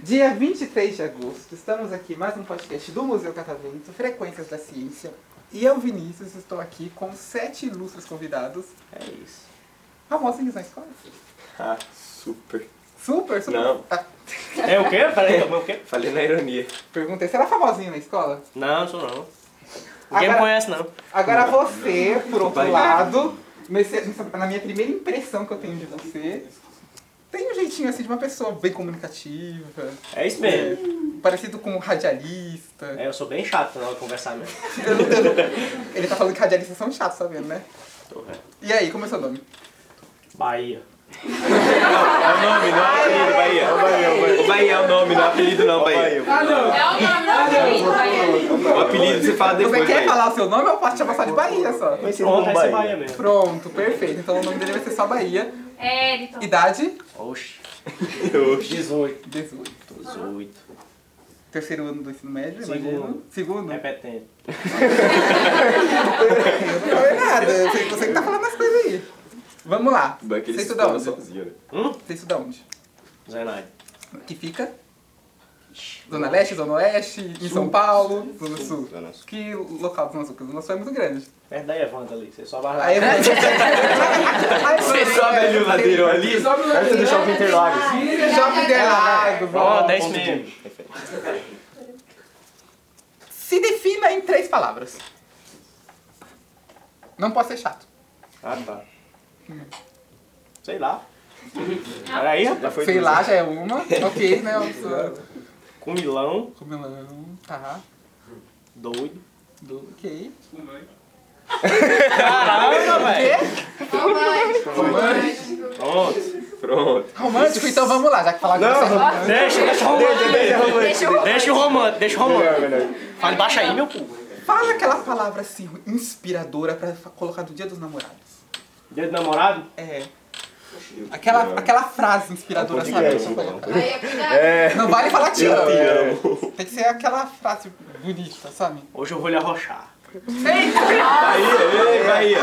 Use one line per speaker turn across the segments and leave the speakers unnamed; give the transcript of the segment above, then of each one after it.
Dia 23 de agosto, estamos aqui mais um podcast do Museu Catavento, Frequências da Ciência. E eu, Vinícius, estou aqui com sete ilustres convidados.
É isso.
Famosos que são escolas.
Ah, super.
Super, super.
Não.
Ah,
É o quê? Peraí, como é o quê?
Falei na ironia.
perguntei, será famosinho na escola?
Não, sou não. Ninguém
Agora-
me conhece, não.
Agora você, por outro
Vai.
lado, nesse- nessa- na minha primeira impressão que eu tenho de você, tem um jeitinho assim de uma pessoa bem comunicativa,
É isso mesmo.
parecido com um radialista.
É, eu sou bem chato na hora de conversar mesmo.
Ele tá falando que radialistas são chatos, sabendo, né?
Tô vendo.
E aí, como é seu nome?
Bahia.
É o nome, não é o apelido, Bahia. O Bahia é o nome, não é o apelido, não, Bahia.
Ah, não!
É o nome da menina.
O apelido você fala
Você
depois,
quer
Bahia.
falar o seu nome ou posso te passar de Bahia só?
Pronto, vai ser Bahia mesmo.
Pronto, perfeito. Então o nome dele vai ser só Bahia.
É, Eriton.
Idade?
Oxi.
Oxi.
18.
18.
18.
Terceiro ano do ensino médio,
Segundo.
imagino.
É,
Segundo?
Repetente.
Eu não falei nada. Você, você que tá falando as coisas aí. Vamos lá.
Bahia que
Você
ele se
estuda
fala
onde?
sozinho, né?
Hum?
Você estuda onde?
Zenaide.
Que fica? Zona Leste, Zona Oeste, em São Paulo, Zona Sul.
Zona Sul.
Que local do Zona Sul? Porque o Zona Sul é muito grande.
Perto da Evandra ali. Você só vai lá.
Aí eu
Você sobe ali o ladeiro ali,
Sobe o
antes do
ladeirão.
shopping Interlagos.
Tira, joga o né? Interlagos,
Ó,
bom.
10 mesmo.
Se defina em três palavras. Não pode ser chato.
Ah, tá. Sei lá. Peraí,
Já
rapaz.
foi
Sei
duas,
lá,
né?
já é uma. ok, né? uma pessoa-
Comilão.
Comilão, tá.
Doido.
Do, ok.
Caramba, velho.
Romântico.
Pronto.
Pronto.
Romântico, então vamos lá, já que falaram que você é romântico.
Deixa, deixa o romântico. Deixa o romântico. Deixa o romântico. Fala baixa aí, meu povo.
Fala aquela palavra assim, inspiradora pra fa- colocar no dia dos namorados.
Dia do namorado?
É. Aquela, aquela frase inspiradora,
Não,
sabe?
não,
Só
não,
colocar.
Aí é cuidado.
Não vale falar te
Eu
amo.
te amo.
Tem que ser aquela frase bonita, sabe?
Hoje eu vou lhe arrochar.
Bahia, ei, Bahia.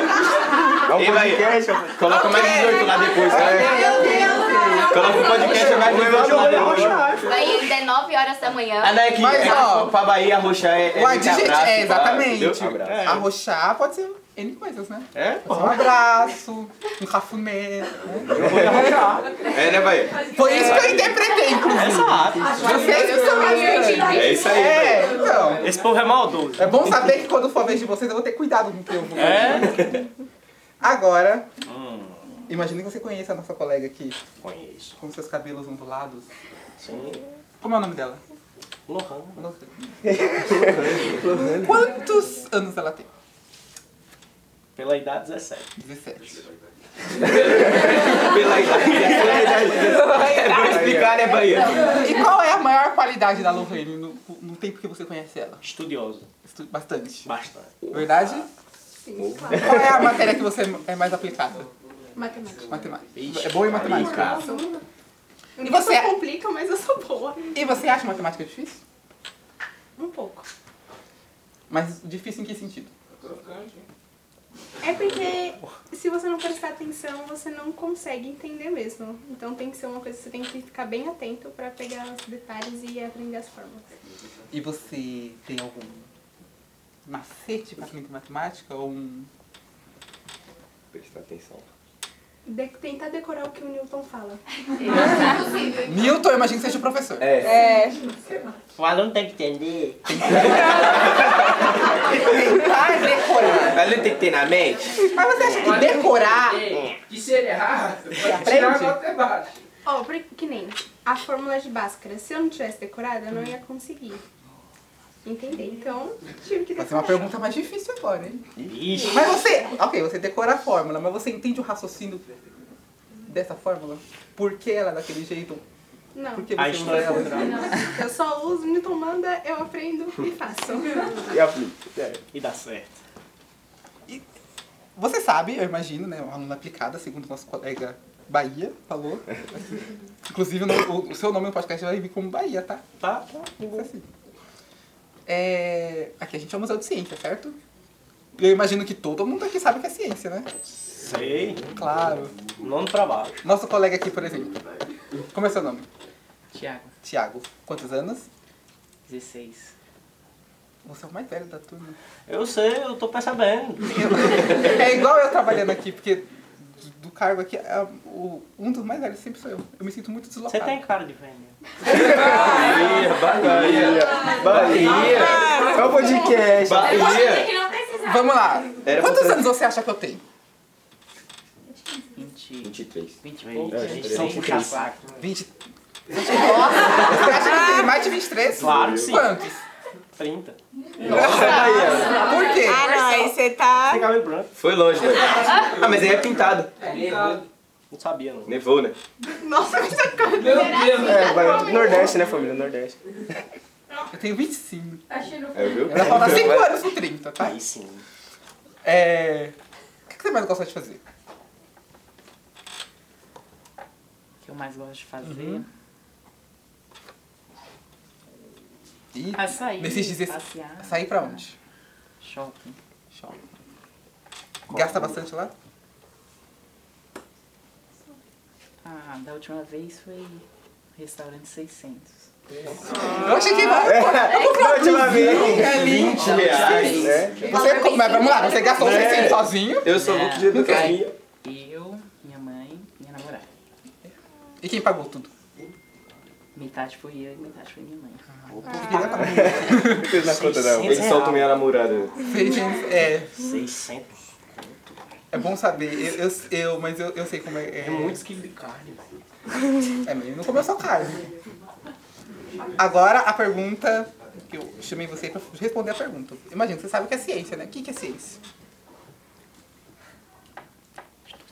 Ei, Bahia. Coloca mais 18 lá depois, né?
Meu Deus!
Coloca o podcast e mais 18 lá depois.
Aí ainda é 9 horas da manhã.
Ah, não, é que
Mas,
é
ó,
que pra Bahia arrochar é, é
o
muito
adigente-
tá?
abraço,
é,
pra-
exatamente.
entendeu? Abraço.
É.
Arrochar pode ser N coisas, né?
É?
Pode ser um abraço, um cafuné. né?
É, né, Bahia?
Foi isso que eu interpretei, inclusive.
Exato.
Vocês que são mais
É isso aí, Bahia.
É, então.
Esse povo é maldoso.
É bom saber que quando for a vez de vocês, eu vou ter cuidado com o que eu vou.
É?
Agora,
Hum,
imagina que você conheça a nossa colega aqui,
conheço.
com seus cabelos ondulados.
Sim.
Como é o nome dela?
Lohan.
Não sei. Quantos anos ela tem?
Pela idade 17.
17.
Pela idade. Vou explicar, né, Bahia?
E qual é a maior qualidade da Lorraine no, no tempo que você conhece ela?
Estudioso.
Estude bastante.
Bastante.
Verdade? Qual é a matéria que você é mais aplicada?
Matemática.
Matemática. É boa em matemática.
E
você-
você complica, mas eu sou boa.
E você acha matemática difícil?
Um pouco.
Mas difícil em que sentido?
É porque se você não prestar atenção, você não consegue entender mesmo. Então tem que ser uma coisa que você tem que ficar bem atento pra pegar os detalhes e aprender as fórmulas.
E você tem algum macete para aprender matemática? Ou um...
Presta atenção.
De- tentar decorar o que o Newton fala.
Milton, eu imagino que seja o professor.
É.
O aluno tem que entender.
Tentar decorar.
Ela tem que ter na mente.
Mas você acha que decorar
Que se ele errar,
você
tirar a
aprende?
nota é baixa.
Ó, por que nem a fórmula de Bhaskara. Se eu não tivesse decorado, eu não ia conseguir entender. Então, tive que
Vai ser uma
decorar.
pergunta mais difícil agora, hein?
Ixi.
Mas você, ok, você decora a fórmula, mas você entende o raciocínio dessa fórmula? Por que ela é daquele jeito?
Não,
Por que
A
você usa
história é
ela?
por trás.
eu só uso, Newton manda, eu aprendo e faço.
E aplica. É.
E dá certo.
Você sabe, eu imagino, né? Uma aluna aplicada, segundo nosso colega Bahia falou.
Uhum.
Inclusive, o, nome- o- o seu nome no podcast vai vir como Bahia, tá?
Tá, tá.
Assim. é, aqui a gente é um museu de ciência, certo? Eu imagino que todo mundo aqui sabe o que é ciência, né?
Sei.
Claro.
Nono pra baixo.
Nosso colega aqui, por exemplo. Como é seu nome?
Tiago,
Tiago. Quantos anos?
16.
Você é o mais velho da turma.
Eu sei, eu tô percebendo.
É igual eu trabalhando aqui, porque do- do cargo aqui, a- o- um dos mais velhos sempre sou eu. Eu me sinto muito
Você
deslocado.
tem cara de velho.
Bahia, Bahia, Bahia.
É o podcast.
Bahia.
que não precisava.
Vamos lá.
Era
Quantos
É, você-
anos você acha que eu tenho?
20.
23.
20
É,
São
três.
casaco.
20. Nossa, você acha que eu tenho mais de 23?
Claro que sim.
Quantos?
30.
Por quê?
Ah, não, aí você tá.
Tem cabelo branco.
Foi longe, né? Ah, mas aí é pintado.
Não sabia, não.
Nevou, né?
Nossa, mas você
Meu Deus.
É, vai do Nordeste, né, família? Nordeste.
Eu tenho 25.
É, viu?
Vai faltar 5 anos pro 30, tá?
Aí sim.
É. O que que você mais gosta de fazer?
O que eu mais gosto de fazer?
E
Açaí.
nesses 16.
passear.
Sair pra onde?
Shopping.
Shopping. Gasta bastante lá?
Ah, da última vez foi restaurante 600.
Eu achei que vai.
Não, te lavei.
Ali.
20 reais. É.
Você, mas vamos lá, você gastou 600 sozinho.
Eu sou louco de educação.
Eu, minha mãe, minha namorada.
E quem pagou tudo?
Metade foi eu e metade foi minha mãe.
Não fez na conta, não. Ele
600
solta minha namorada.
Fez- É,
600.
é bom saber. Eu, eu- eu- mas eu, eu sei como é. É,
É muitos quilos de carne.
É, mas ele não comeu só carne. Agora a pergunta que eu chamei você pra responder a pergunta. Imagina, você sabe o que é ciência, né? O que que é ciência?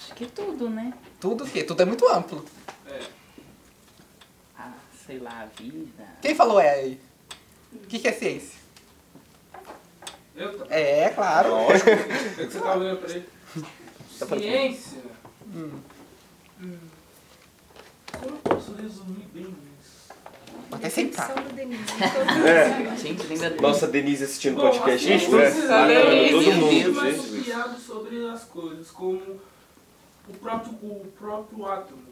Acho que tudo, né?
Tudo o quê? Tudo é muito amplo.
Ah, sei lá, a vida.
Quem falou é aí? O que que é ciência?
Eu tô...
É, claro.
Lógico.
Eu que você tá olhando pra ele.
Tá
Ciência. Hum. Eu não posso resumir bem isso.
Até É sentar.
do Denise.
É.
Gente, lembra
Nossa, Denise assistindo o
Bom,
podcast.
assim,
né?
precisava
Ah,
ler
todo
livros
mundo.
mais
Jesus.
ampliado sobre as coisas, como o próprio, o próprio átomo.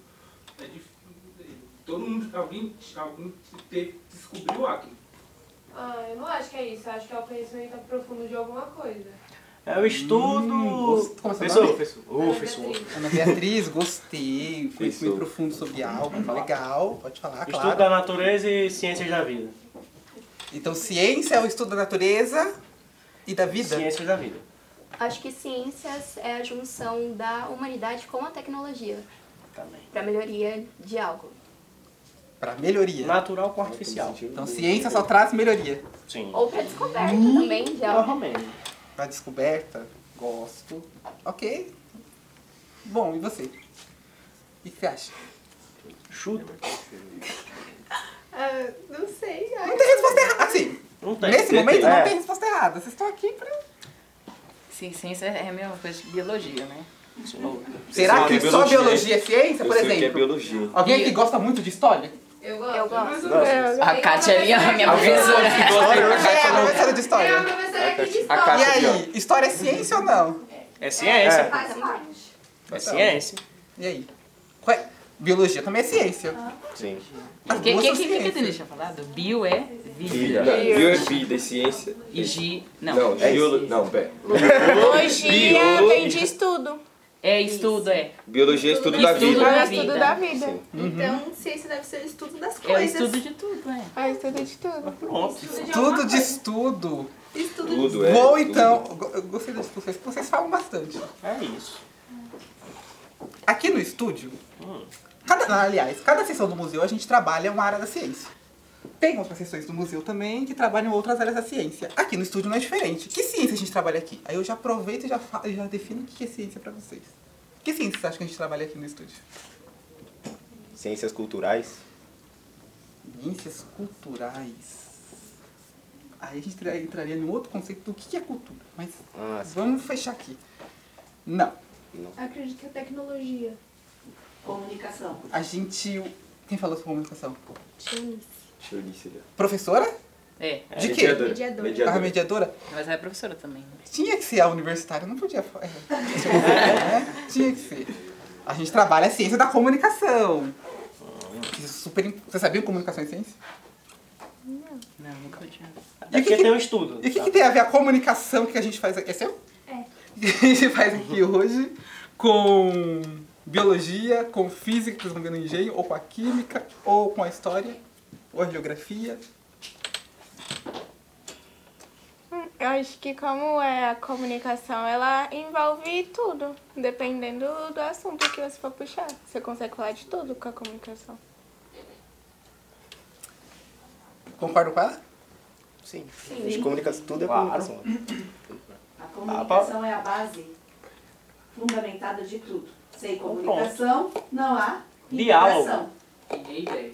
É dif- Todo mundo, alguém, alguém te- descobriu o átomo.
Ah, eu não acho que é isso. Eu acho que é o conhecimento profundo de alguma coisa.
É o estudo.
gosto- como é seu
Professor,
nome?
professor. Ô, professor.
Ana Beatriz, gostei. Fui, fui
Isso.
profundo sobre algo. tá Legal, pode falar,
Estudo
claro.
da natureza e ciências da vida.
Então, ciência é o estudo da natureza e da vida.
Ciências da vida.
Acho que ciências é a junção da humanidade com a tecnologia
Também.
para melhoria de algo.
Pra melhoria.
Natural com artificial.
Então, ciência só traz melhoria.
Sim.
Ou para descoberta também de
Tá
algo.
Normalmente.
Pra descoberta, gosto. Ok. Bom, e você? O que que você acha?
Chuta.
Ah, não sei.
Não tem resposta errada. Assim,
Não tem.
nesse momento
É.
não tem resposta errada. Vocês estão aqui pra.
Sim, ciência é a mesma coisa de biologia, né? Ou-
Será
só
que
é
só
biologia,
biologia é ciência,
Eu
por
sei o que é
exemplo?
biologia.
Alguém que gosta muito de história?
Eu
Eu gosto.
A Kátia é minha, minha professora.
né?
É, a professora de
É a
história.
professora que diz
A
E
Kátia de
aí, história é ciência ou não?
É ciência.
faz parte.
É, ciência.
E aí? Qual é- Biologia também é ciência.
Sim.
As
O que,
duas
que,
são
que, que, que
ciências.
Denise tinha falado? Bio é
Vida.
vida.
Bio é vida e ciência.
E gi... Não.
Não,
é,
biolo... não, pera.
Biologia vem de estudo.
é estudo, é.
Biologia é estudo da
Estudo
É
vida.
o
da
estudo
vida.
da vida.
Uhum.
Então, ciência deve ser o estudo das
É o
coisas.
estudo de tudo, é.
É o estudo de tudo.
Pronto.
Tudo de estudo.
Estudo de
Tudo é.
Bom,
tudo.
então, eu go- eu gostei das discussões, porque vocês falam bastante.
É isso.
Aqui no estúdio, cada, aliás, cada sessão do museu a gente trabalha uma área da ciência. Tem outras sessões do museu também que trabalham outras áreas da ciência. Aqui no estúdio não é diferente. Que ciência a gente trabalha aqui? Aí eu já aproveito e já, fa- e já defino o que é ciência pra vocês. Que ciência vocês acham que a gente trabalha aqui no estúdio?
Ciências culturais.
Ciências culturais. Aí a gente tra- entraria num outro conceito do que é cultura. Mas
Ah, sim.
vamos fechar aqui. Não.
Acredito que é tecnologia.
Comunicação.
A gente. Quem falou sobre comunicação?
Deixa eu ver se ele-
Professora?
É.
De quê?
Mediadora.
A mediadora?
Mas ela é professora também. né?
Tinha que ser a universitária, não podia. fa- é, né? Tinha que ser. A gente trabalha a ciência da comunicação. Que é super, im- você sabia que comunicação é ciência?
Não, nunca tinha.
E o que, tem um estudo. E o que, que tem a ver a comunicação que a gente faz aqui? É seu?
É.
Que a gente faz aqui hoje com biologia, com física, que vocês vão ver no engenho, ou com a química, ou com a história, ou a geografia.
Hum, Eu acho que como é a comunicação, ela envolve tudo, dependendo do assunto que você for puxar. Você consegue falar de tudo com a comunicação.
Concordo com ela?
Sim.
Sim.
De
comunicação, tudo é comunicação.
A comunicação é a base fundamentada de tudo. Sem comunicação, não há
Diálogo.
integração.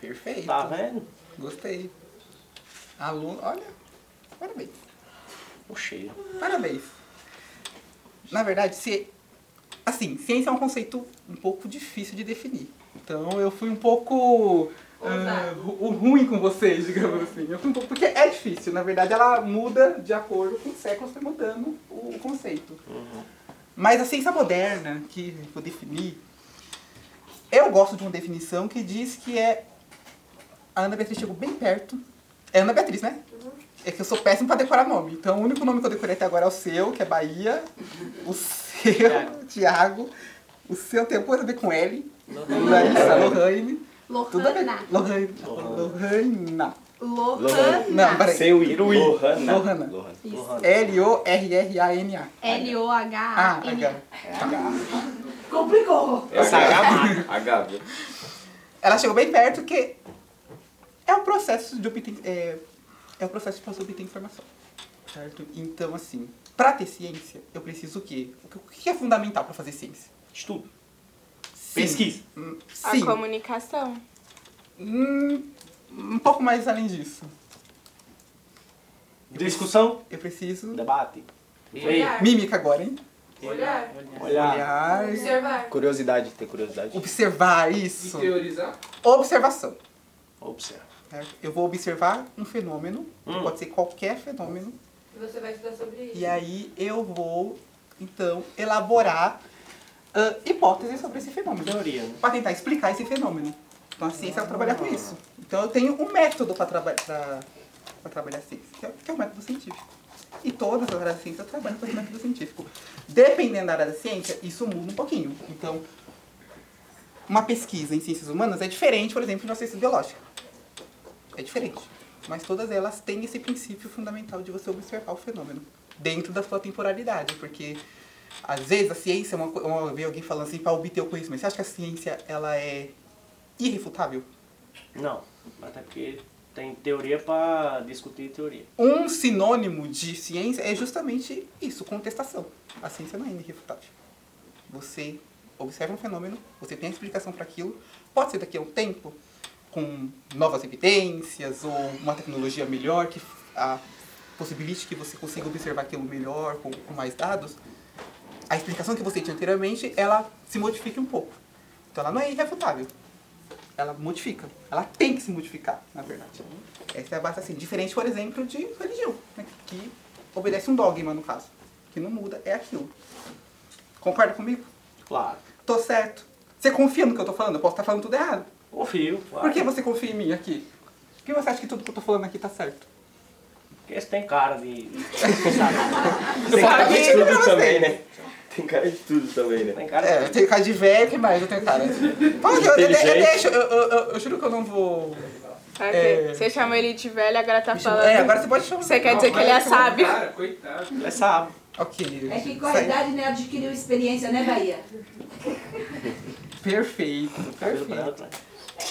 Perfeito.
Tá vendo?
Gostei. Aluno, olha, parabéns.
O cheiro.
Parabéns. Na verdade, se, assim, ciência é um conceito um pouco difícil de definir. Então eu fui um pouco ah, ru- ruim com vocês, digamos assim. Eu fui um pouco, porque é difícil. Na verdade, ela muda de acordo com os séculos, foi mudando o, o conceito. Mas a ciência moderna, que eu vou definir, eu gosto de uma definição que diz que é. A Ana Beatriz chegou bem perto. É Ana Beatriz, né? É que eu sou péssimo pra decorar nome. Então o único nome que eu decorei até agora é o seu, que é Bahia. O seu, Tiago. O seu tem alguma coisa a ver com L. Larissa, Lohane. Tudo a ver.
Lohana.
Lohane. Lohana.
Lohana.
Não, peraí.
Seu I. Lohana.
Lohana. L-O-R-R-A-N-A. Ah,
L-O-H-A-N.
H. H.
Complicou.
Essa H. H. viu?
Ela chegou bem perto que é o processo de obter, é, é o processo para você obter informação, certo? Então assim, para ter ciência, eu preciso o quê? O que- O que é fundamental para fazer ciência?
Estudo.
Sim.
Pesquisa.
Hum,
A
Ah,
Sim.
comunicação.
Hum, um pouco mais além disso.
Discussão.
Eu preciso
Debate.
Olhar.
mímica agora, hein?
Olhar.
Olhar.
Olhar,
Observar.
Curiosidade, tem curiosidade.
observar
E
isso.
teorizar?
Observação.
Observa.
certo? Eu vou observar um fenômeno, que
Hum.
pode ser qualquer fenômeno,
E você vai estudar sobre isso.
E aí eu vou, então, elaborar ah, hipóteses sobre esse fenômeno.
Teoria, né?
Para tentar explicar esse fenômeno. Então a ciência vai trabalhar com isso. Então eu tenho um método para traba pra- pra trabalhar a ciência, que é, que é o método científico. E todas as áreas da ciência trabalham com esse método científico. Dependendo da área da ciência, isso muda um pouquinho. Então, uma pesquisa em ciências humanas é diferente, por exemplo, de uma ciência biológica. É diferente. Mas todas elas têm esse princípio fundamental de você observar o fenômeno dentro da sua temporalidade, porque às vezes a ciência, é uma, co- uma, eu vi alguém falando assim, para obter o conhecimento, você acha que a ciência ela é irrefutável?
Não. Até porque tem teoria pra discutir teoria.
Um sinônimo de ciência é justamente isso, contestação. A ciência não é irrefutável. Você observa um fenômeno, você tem a explicação para aquilo, pode ser daqui a um tempo, com novas evidências ou uma tecnologia melhor que a, possibilite que você consiga observar aquilo melhor, com, com mais dados, a explicação que você tinha anteriormente, ela se modifica um pouco. Então ela não é irrefutável. Ela modifica. Ela tem que se modificar, na verdade. Essa é a base assim. Diferente, por exemplo, de religião, né? que obedece um dogma, no caso. Que não muda, é aquilo. Concorda comigo?
Claro.
Tô certo. Você confia no que eu tô falando? Eu posso estar falando tudo errado.
Confio. Claro.
Por que você confia em mim aqui? Por que você acha que tudo que eu tô falando aqui tá certo?
Porque esse tem cara de.
Tem cara de
Sabe?
tudo também, né? Tem cara de tudo também, né?
Tem cara
É, eu tenho cara de velho, o que mais eu tenho cara? Pode, eu, eu, eu
Inteligente.
deixo, eu, eu- eu- eu juro que eu não vou.
Sabe?
É.
Você chamou ele de velho, agora tá
me chamar-
falando.
É, agora você pode chamar.
Você quer dizer que ele é
Mas esse
sábio?
um
tá.
Cara, coitado.
de. É sábio.
Ok.
É que com a idade né, adquiriu experiência, né, Bahia?
Perfeito,
Cabelo
perfeito.
branco, né?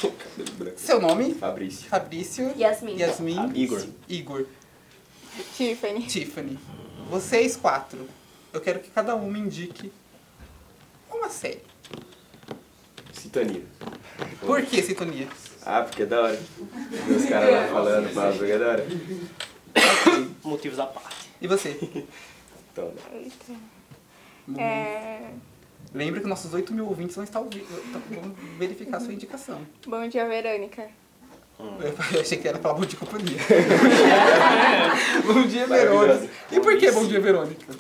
Cabelo branco.
Seu nome?
Fabrício.
Fabrício.
Yasmin.
Yasmin.
Igor.
Igor.
Tiffany.
Tiffany. Vocês quatro. Eu quero que cada um me indique uma série.
Sintonia.
Por que sintonia?
Ah, porque é da hora. Ver os caras lá falando, pá, porque é da hora.
Motivos à parte.
E você?
Então, né?
É...
Lembra que nossos 8 mil ouvintes vão estar ouvindo. Então, vamos verificar a sua indicação.
Bom dia, Verônica.
Eu achei que era falar bom dia companhia. bom dia, Verônica. E por que bom dia, Verônica?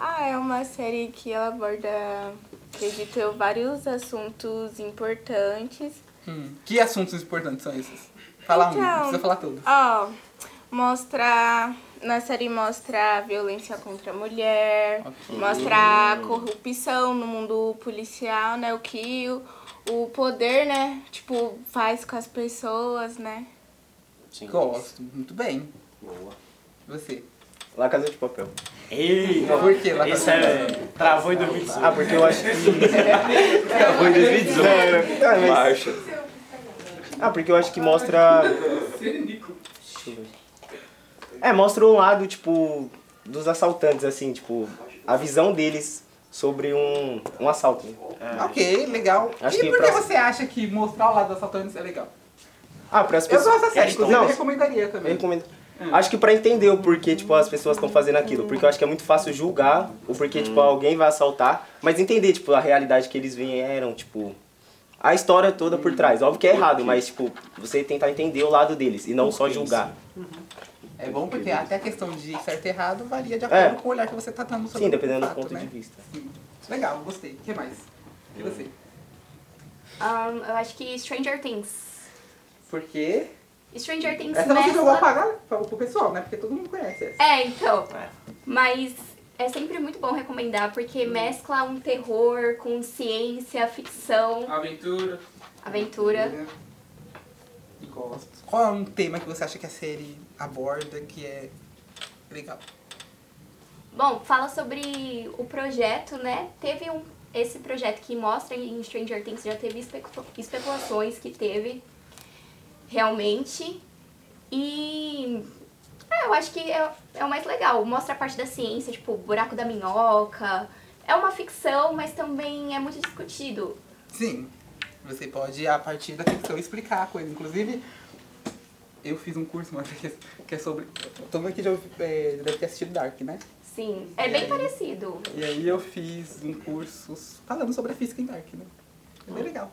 Ah, é uma série que ela aborda, acredito eu, vários assuntos importantes.
Hum, Que assuntos importantes são esses? Fala um, não precisa falar tudo.
Ah,
Ó, mostra. Na série mostra a violência contra a mulher, mostra a corrupção no mundo policial, né? O que o, o poder, né? Tipo, faz com as pessoas, né?
Gosto, muito bem. Boa. Você?
La Casa de Papel.
Ei,
Por quê? Lá
Isso
tá-
é. Travou em 2018.
Ah, porque eu acho que. Foi em 2018.
É, mas-
Marcha.
Ah, porque eu acho que mostra. É, mostra um lado, tipo, dos assaltantes, assim, tipo, a visão deles sobre um, um assalto. né?
Ok, legal.
Acho
e
que
por que
pra-
você acha que mostrar o lado dos assaltantes é legal?
Ah, para as
Eu
pessoas.
gosto dessa série, inclusive,
Não,
eu recomendaria também.
eu recomendo.
É.
Acho que pra entender o porquê, tipo, as pessoas estão fazendo aquilo. Porque eu acho que é muito fácil julgar o porquê, tipo, alguém vai assaltar. Mas entender, tipo, a realidade que eles vieram, tipo... A história toda por trás. Óbvio que é errado, mas, tipo, você tentar entender o lado deles. E não só julgar.
É bom porque até a questão de certo e errado varia de
É.
acordo com o olhar que você tá dando sobre
Sim, dependendo
o
do
fato,
ponto
né?
de vista.
Legal, gostei. O que mais? E você?
Ah,
Ahn, eu acho que Stranger Things.
Por quê?
Stranger Things
Essa você jogou
mescla...
apagar pra- pro pessoal, né? Porque todo mundo conhece essa.
É, então. Mas é sempre muito bom recomendar, porque mescla um terror com ciência, ficção,
Aventura.
aventura.
Gosto. Qual é um tema que você acha que a série aborda que é legal?
Bom, fala sobre o projeto, né? Teve um esse projeto que mostra em Stranger Things já teve especu- especulações que teve realmente. E é, eu acho que é, é o mais legal. Mostra a parte da ciência, tipo, o buraco da minhoca. É uma ficção, mas também é muito discutido.
Sim, você pode, a partir da ficção, explicar a coisa. Inclusive, eu fiz um curso uma vez que é sobre. Todo mundo aqui já ouvi- é, deve ter assistido Dark, né?
Sim, é
E
bem
aí?
parecido.
E aí eu fiz um curso falando sobre a física em Dark, né? É bem legal.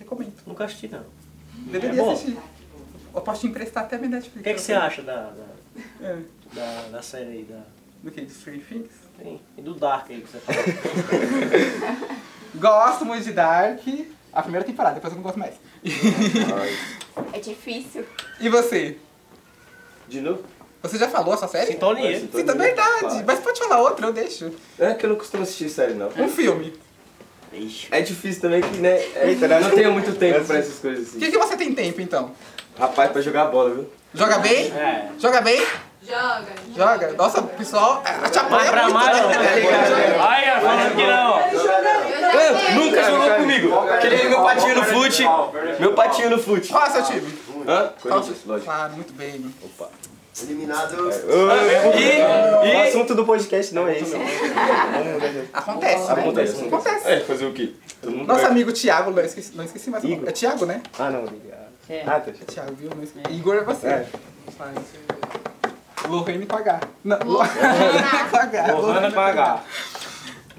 Recomendo.
Nunca assisti, não.
Deveria
É bom?
assistir. Eu posso te emprestar até a minha Netflix.
O que, é que você acha da, da,
É.
da, da série aí? Da...
Do que? Do Stranger Things?
Sim. E do Dark aí que você falou.
Gosto muito de Dark. A primeira temporada, depois eu não gosto mais.
É difícil.
E você?
De novo?
Você já falou a sua série?
Sintonia.
Sintonia, verdade.
Claro.
Mas pode falar outra, eu deixo.
É que eu não costumo assistir série, não.
Um filme.
É difícil também que, né? é-
Eita, né?
não tenho muito tempo pra essas coisas
O
assim.
que, que você tem tempo, então?
Rapaz, pra jogar bola, viu?
Joga bem?
É.
Joga bem?
Joga.
Joga. Nossa, o pessoal a-
É né?
te apoia muito.
Olha, falando que não.
Ah, Nunca jogou comigo. Queria meu patinho no fute. Meu patinho no fute.
Qual é o seu time?
Hã? Corinthians, É, lógico.
Claro, muito bem.
Opa.
Eliminado.
E- e-
O assunto do podcast não é esse.
Acontece, né?
Acontece.
Acontece.
É, fazer o quê? Todo mundo
Nosso
vai-
amigo Thiago, não esqueci, não esqueci mais. o nome.
Igor.
É Thiago, né?
Ah, não. obrigado. Ah, tá.
É Thiago, viu? Não esqueci. Igor é você.
É.
Lohane com H. Não, Lohane com H.
Lohane com H.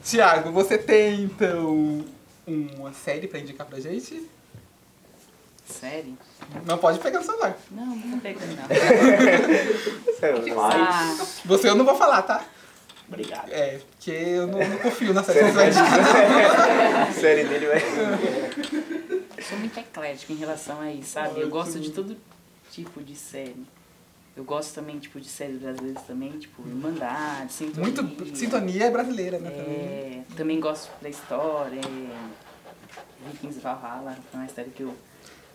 Tiago, você tem então uma série pra indicar pra gente?
Série?
Não pode pegar no celular.
Não, não pega não.
Ah. Você eu não vou falar, tá?
Obrigado.
É, porque eu não, não confio na série que você vai indicar.
Série dele vai.
Eu sou muito eclético em relação a isso, sabe? Eu gosto de todo tipo de série. Eu gosto também, tipo, de séries brasileiras também, tipo, Irmandade, Sintonia.
Muito sintonia é brasileira, né? também.
É, também gosto da história, é, Vikings Valhalla, é uma série que eu...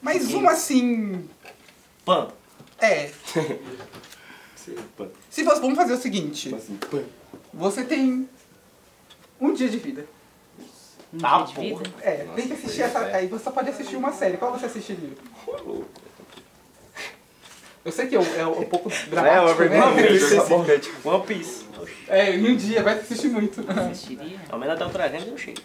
Mas uma assim.
Pan.
É.
Pan.
Se você. Vamos fazer o seguinte.
assim.
Você tem um dia de vida.
Tá,
de vida?
É, tem que assistir essa. Aí você só pode assistir uma série. Qual você assistiria? Eu sei que é um, é um pouco dramático.
É, uma
né?
vergonha bem específica. tipo,
One Piece.
É, em um dia vai assistir muito.
Assistiria?
Ao menos até o 300 eu chego.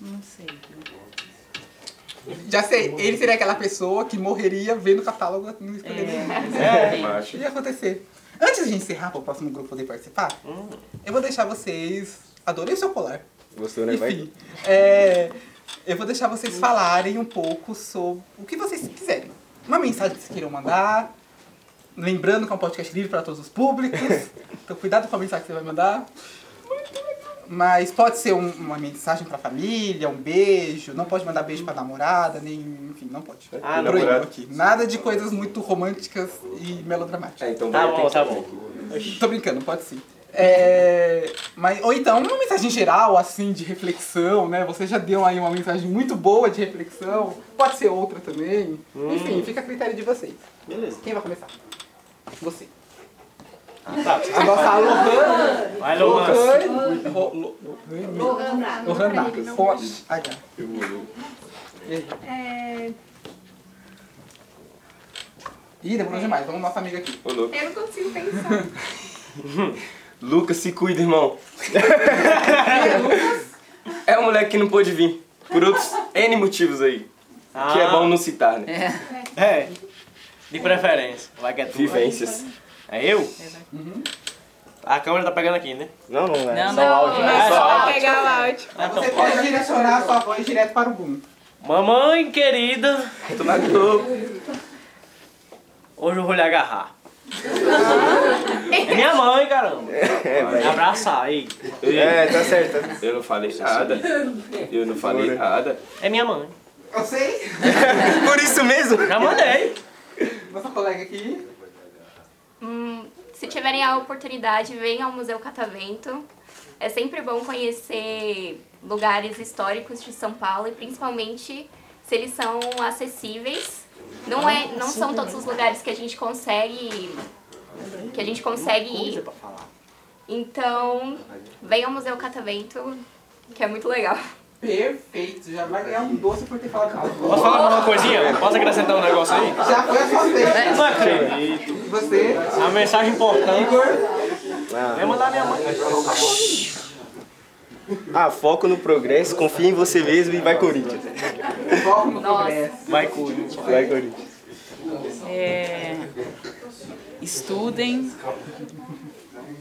Não sei. viu?
Já sei, ele seria aquela pessoa que morreria vendo o catálogo e não escolheria
É,
nenhum.
né?
exatamente.
Ia acontecer. Antes de encerrar para o próximo grupo poder participar, eu vou deixar vocês. Adorei o seu colar.
Gostou, né? Vai.
É, eu vou deixar vocês falarem um pouco sobre o que vocês quiserem. Uma mensagem que vocês queiram mandar. Lembrando que é um podcast livre para todos os públicos. Então cuidado com a mensagem que você vai mandar. Mas pode ser um- uma mensagem pra família, um beijo. Não pode mandar beijo pra namorada, nem. Enfim, não pode.
Ah,
Proíbo
namorada.
aqui. Nada de coisas muito românticas e melodramáticas.
É, então
Tá bom, tá bom.
Tô brincando, pode sim. É, mas, ou então uma mensagem geral, assim, de reflexão, né? Você já deu aí uma mensagem muito boa de reflexão. Pode ser outra também. Enfim, fica a critério de vocês.
Beleza.
Quem vai começar? Você.
tá.
A nossa Lohan.
Vai, Lohan.
Lohan. Ro- Lo- Lohan.
Lohan.
Lohan Nato.
Não.
Com H.
Eu vou.
E aí?
É,
Ih, demorou demais. Vamos nossa amiga aqui.
É, eu não consigo pensar.
Lucas, se cuida, irmão. é um moleque que não pôde vir. Por outros N motivos aí. Que é bom não citar, né?
É. É. De preferência. Vai que é tu.
Vivências.
É eu? A câmera tá pegando aqui, né?
Não, não,
é.
Não, só o áudio.
É
Não,
só
só
áudio.
pegar o áudio.
Ah, então
Você
pode.
pode direcionar a sua voz direto para o boom.
Mamãe querida,
Tô na Globo.
hoje eu vou lhe agarrar. É minha mãe, caramba.
É, vai.
Abraçar aí.
É, tá certo.
Eu não falei nada. Eu não falei nada.
É minha mãe.
Eu sei.
Por isso mesmo?
Já mandei.
Nossa colega aqui.
Hum, se tiverem a oportunidade, venham ao Museu Catavento. É sempre bom conhecer lugares históricos de São Paulo e principalmente se eles são acessíveis. Não é, não são todos os lugares que a gente consegue que a gente consegue ir. Então, venham ao Museu Catavento, que é muito legal.
Perfeito. Já vai ganhar um doce por ter falado algo.
Posso falar uma coisinha? Posso acrescentar um negócio aí?
Já foi a sua vez.
Não acredito.
Você.
A mensagem importante. Vem mandar minha mãe.
Ah, foco no progresso, confia em você mesmo e vai Corinthians.
Foco no progresso.
Vai, Corinthians.
Vai Corinthians.
É, estudem.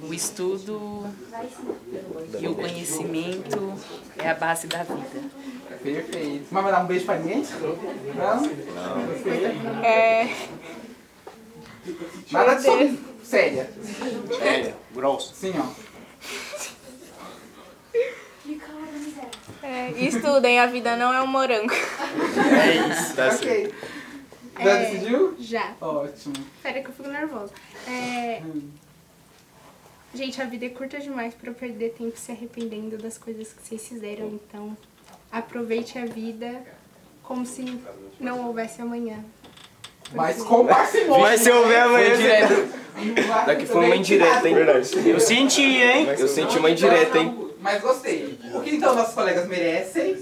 O estudo e o conhecimento é a base da vida.
Perfeito. Vai mandar um beijo pra ninguém? Não?
É,
Nada de séria.
É, grosso.
Sim, ó.
é, estudem, a vida não é um morango.
É isso.
Tá certo.
Ok. Já
É.
decidiu?
Já.
Ótimo.
Pera que eu fico nervosa. É, Gente, a vida é curta demais pra perder tempo se arrependendo das coisas que vocês fizeram. Então, aproveite a vida como se não houvesse amanhã.
Mas assim, com parcimônia.
Mas se houver amanhã,
Foi direto.
Daqui foi uma indireta, hein? Verdade.
Eu senti, hein?
Eu senti uma indireta, hein?
Mas gostei. O que então nossos colegas merecem?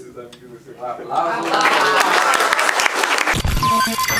Aplausos.